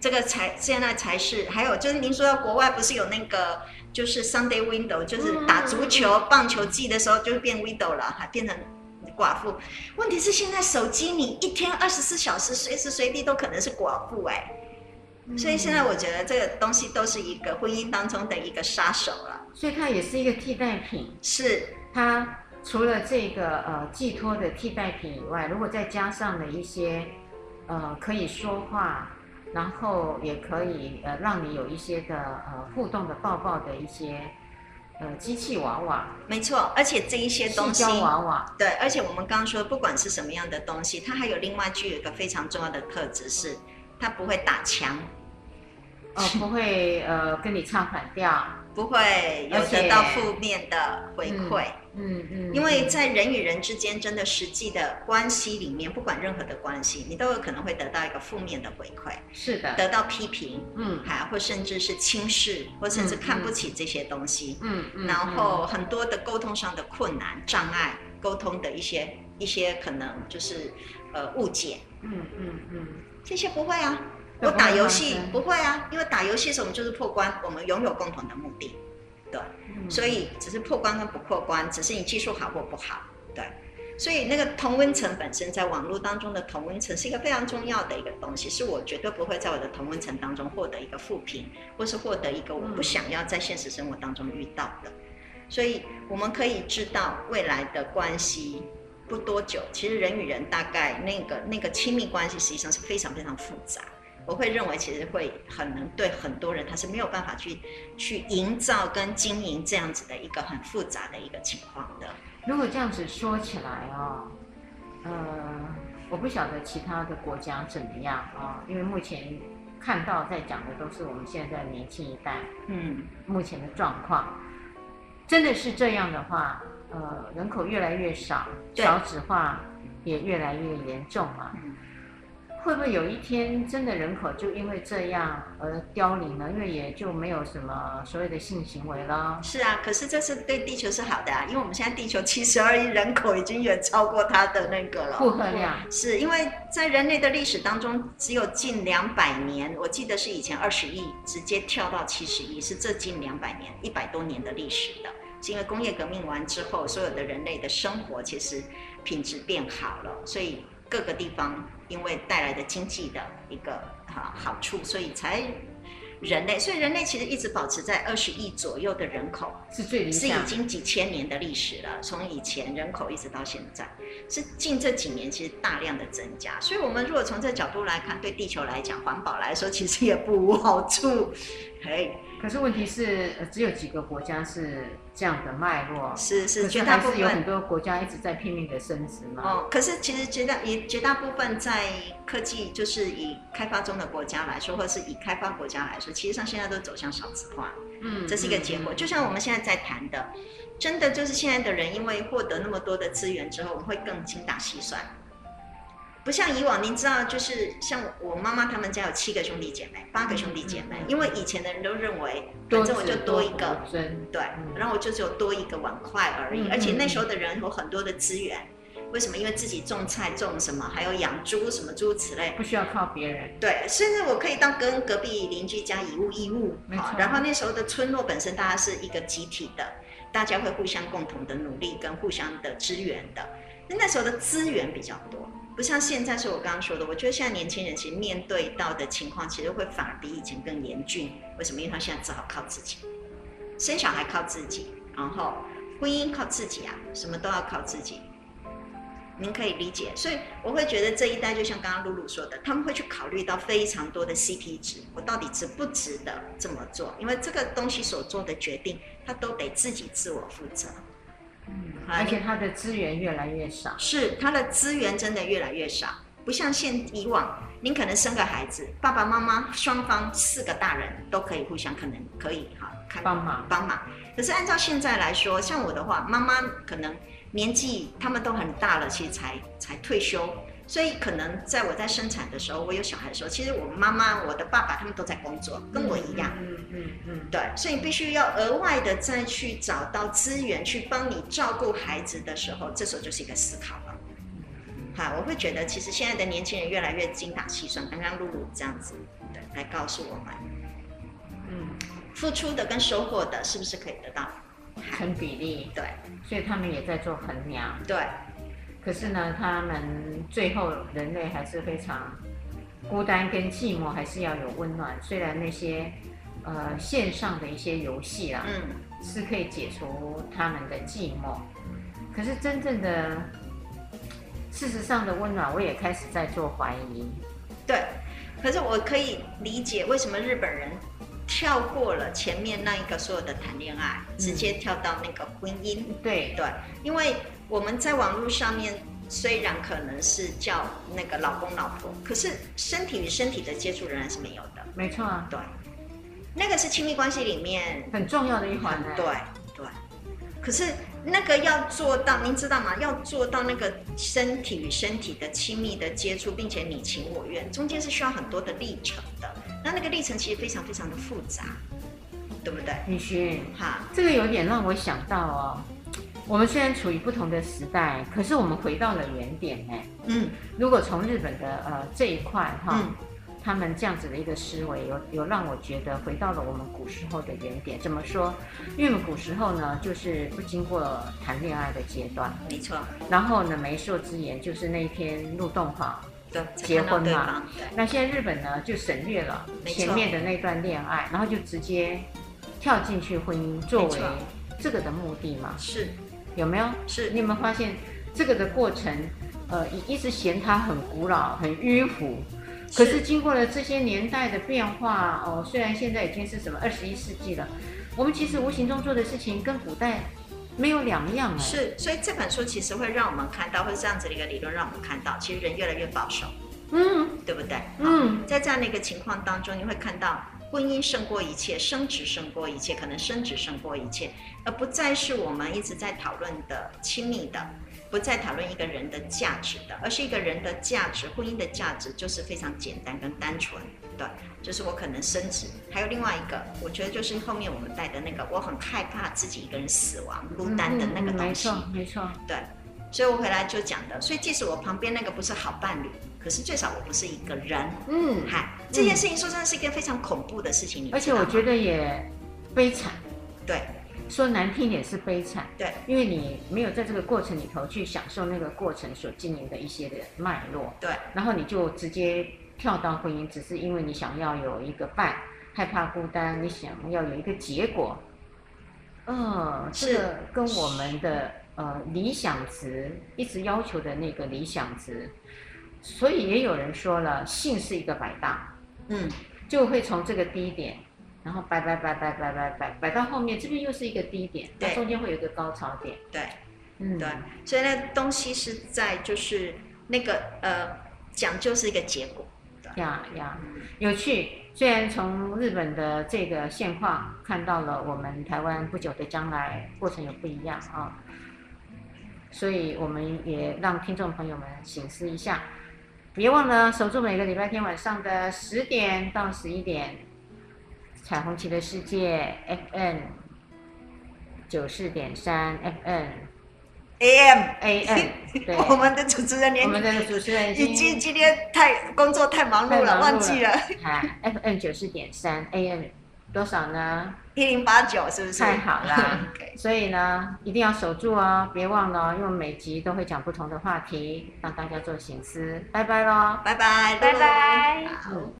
这个才现在才是，还有就是您说到国外不是有那个就是 Sunday window，就是打足球、棒球季的时候就变 widow 了，还变成寡妇。问题是现在手机你一天二十四小时，随时随地都可能是寡妇哎、所以现在我觉得这个东西都是一个婚姻当中的一个杀手了，所以它也是一个替代品，是它除了这个呃寄托的替代品以外，如果再加上了一些呃可以说话，然后也可以呃让你有一些的呃互动的抱抱的一些呃机器娃娃、没错。而且这一些塑东西，胶娃娃，对，而且我们刚刚说，不管是什么样的东西，它还有另外具有一个非常重要的特质是，它不会打墙， 哦、不会呃跟你唱反调，不会有而且得到负面的回馈。嗯嗯，因为嗯在人与人之间真的实际的关系里面，不管任何的关系，你都有可能会得到一个负面的回馈，是的，得到批评，嗯还或甚至是轻视，或甚至看不起这些东西。嗯嗯，然嗯后很多的沟通上的困难、障碍，沟通的一些一些可能就是呃误解，嗯嗯嗯，这些不会啊。那我不会打游发戏生不会啊，因为打游戏的时候我们就是破关，我们拥有共同的目的，对，嗯所以只是破关跟不破关，只是你技术好或不好，对。所以那个同温层本身在网络当中的同温层是一个非常重要的一个东西，是我绝对不会在我的同温层当中获得一个负评，或是获得一个我不想要在现实生活当中遇到的。所以我们可以知道未来的关系不多久，其实人与人大概那个那个亲密关系实际上是非常非常复杂。我会认为其实会很能对很多人他是没有办法去去营造跟经营这样子的一个很复杂的一个情况的。如果这样子说起来哦，呃，我不晓得其他的国家怎么样啊、因为目前看到在讲的都是我们现在年轻一代嗯，目前的状况。真的是这样的话，呃，人口越来越少，对少子化也越来越严重嘛。嗯会不会有一天真的人口就因为这样而凋零了？因为也就没有什么所谓的性行为了，是啊，可是这是对地球是好的啊，因为我们现在地球七十二亿人口已经远超过它的那个了。负荷量。是因为在人类的历史当中，只有近两百年，我记得是以前二十亿直接跳到七十亿，是这近两百年一百多年的历史的。是因为工业革命完之后，所有的人类的生活其实品质变好了，所以各个地方因为带来的经济的一个啊好处，所以才人类，所以人类其实一直保持在二十亿左右的人口，是最理是想已的。经几千年的历史了，从以前人口一直到现在，是近这几年其实大量的增加。所以，我们如果从这角度来看，对地球来讲，环保来说，其实也不无好处。嘿，可是问题是，呃只有几个国家是这样的脉络，是可是，绝还大部是有很分多国家一直在拼命的升值嘛。哦，可是其实绝大也绝大部分在科技，就是以开发中的国家来说，或是以开发国家来说，其实上现在都走向少子化。嗯这是一个结果。嗯就像我们现在在谈的，真的就是现在的人，因为获得那么多的资源之后，我们会更精打细算。不像以往，您知道，就是像我妈妈他们家有七个兄弟姐妹，八个兄弟姐妹嗯嗯，嗯因为以前的人都认为，多反正我就子多一个，福尊对嗯，然后我就只有多一个碗筷而嗯已嗯。而且那时候的人有很多的资源，为什么？因为自己种菜、种什么，还有养猪什么诸如此类，不需要靠别人。对，甚至我可以到跟隔壁邻居家以物易物，没好错，然后那时候的村落本身大家是一个集体的，大家会互相共同的努力跟互相的支援的。那那时候的资源比较多，不像现在是我刚刚说的，我觉得现在年轻人其实面对到的情况，其实会反而比以前更严峻。为什么？因为他现在只好靠自己，生小孩靠自己，然后婚姻靠自己啊，什么都要靠自己。你们可以理解，所以我会觉得这一代就像刚刚露露说的，他们会去考虑到非常多的 CP 值，我到底值不值得这么做？因为这个东西所做的决定，他都得自己自我负责。嗯，好而且他的资源越来越少，是他的资源真的越来越少，不像现以往，您可能生个孩子，爸爸妈妈双方四个大人都可以互相可能可以哈看帮忙帮忙。可是按照现在来说，像我的话，妈妈可能年纪他们都很大了，其实才才退休，所以可能在我在生产的时候，我有小孩的时候，其实我妈妈、我的爸爸他们都在工作，跟我一样。嗯嗯嗯对，所以必须要额外的再去找到资源去帮你照顾孩子的时候，这时候就是一个思考了。好，我会觉得其实现在的年轻人越来越精打细算，刚刚露露这样子对来告诉我们，嗯嗯，付出的跟收获的是不是可以得到？成比例，对所以他们也在做衡量。对，可是呢，他们最后人类还是非常孤单跟寂寞，还是要有温暖。虽然那些呃线上的一些游戏啊，嗯，是可以解除他们的寂寞，可是真正的事实上的温暖，我也开始在做怀疑。对。可是我可以理解为什么日本人跳过了前面那一个所有的谈恋爱，直接跳到那个婚姻。对，对，因为我们在网络上面虽然可能是叫那个老公老婆，可是身体与身体的接触仍然是没有的。没错啊，对，那个是亲密关系里面很重要的一环呢、啊对对。可是那个要做到，您知道吗？要做到那个身体与身体的亲密的接触，并且你情我愿，中间是需要很多的历程的。那那个历程其实非常非常的复杂，对不对？雨荨，哈，这个有点让我想到哦，我们虽然处于不同的时代，可是我们回到了原点哎、嗯如果从日本的呃这一块哈，嗯他们这样子的一个思维，有有让我觉得回到了我们古时候的原点。怎么说？因为我们古时候呢，就是不经过谈恋爱的阶段，没错，然后呢，媒妁之言就是那一篇入洞房。对，才结看到婚对嘛方，对。那现在日本呢，就省略了没错前面的那段恋爱，然后就直接跳进去婚姻作没为错这个的目的嘛？是有没有？是你有没有发现这个的过程，呃，一一直嫌它很古老、很迂腐，可是经过了这些年代的变化，哦，虽然现在已经是什么二十一世纪了，我们其实无形中做的事情跟古代没有两样哎。，是，所以这本书其实会让我们看到，会这样子的一个理论让我们看到，其实人越来越保守，嗯对不对？嗯，在这样的一个情况当中，你会看到婚姻胜过一切，升职胜过一切，可能升职胜过一切，而不再是我们一直在讨论的亲密的，不再讨论一个人的价值的，而是一个人的价值，婚姻的价值就是非常简单跟单纯，对，就是我可能升职，还有另外一个，我觉得就是后面我们带的那个，我很害怕自己一个人死亡孤单的那个嗯嗯东没西。错没错，对，所以我回来就讲的，所以即使我旁边那个不是好伴侣，可是最少我不是一个人。嗯，嗨，这件事情说真的是一件非常恐怖的事情，你而且我觉得得也悲惨，对说难听点是悲惨。对因为你没有在这个过程里头去享受那个过程所经营的一些的脉络，对然后你就直接跳到婚姻，只是因为你想要有一个伴，害怕孤单，你想要有一个结果。嗯，这是个跟我们的呃理想值一直要求的那个理想值，所以也有人说了，性是一个摆荡，嗯就会从这个低点，然后摆摆摆摆摆摆摆摆到后面，这边又是一个低点，那对中间会有一个高潮点。对嗯，对，所以那东西是在就是那个呃讲究是一个结果，呀呀，有趣。虽然从日本的这个现况看到了我们台湾不久的将来过程有不一样啊、所以我们也让听众朋友们醒思一下，别忘了守住每个礼拜天晚上的十点到十一点，《彩虹旗的世界》FM 九四点三 FM AM， AM，对， 我们的主持人我连们的主持人已经今天太工作太忙碌太忙了，碌忘记了哎，FM 九四点三，AM 多少呢？一零八九是不是？太好啦 OK，所以呢，一定要守住哦，别忘了哦，因为每集都会讲不同的话题，让大家做醒思。拜拜喽。拜拜，拜露露拜。好嗯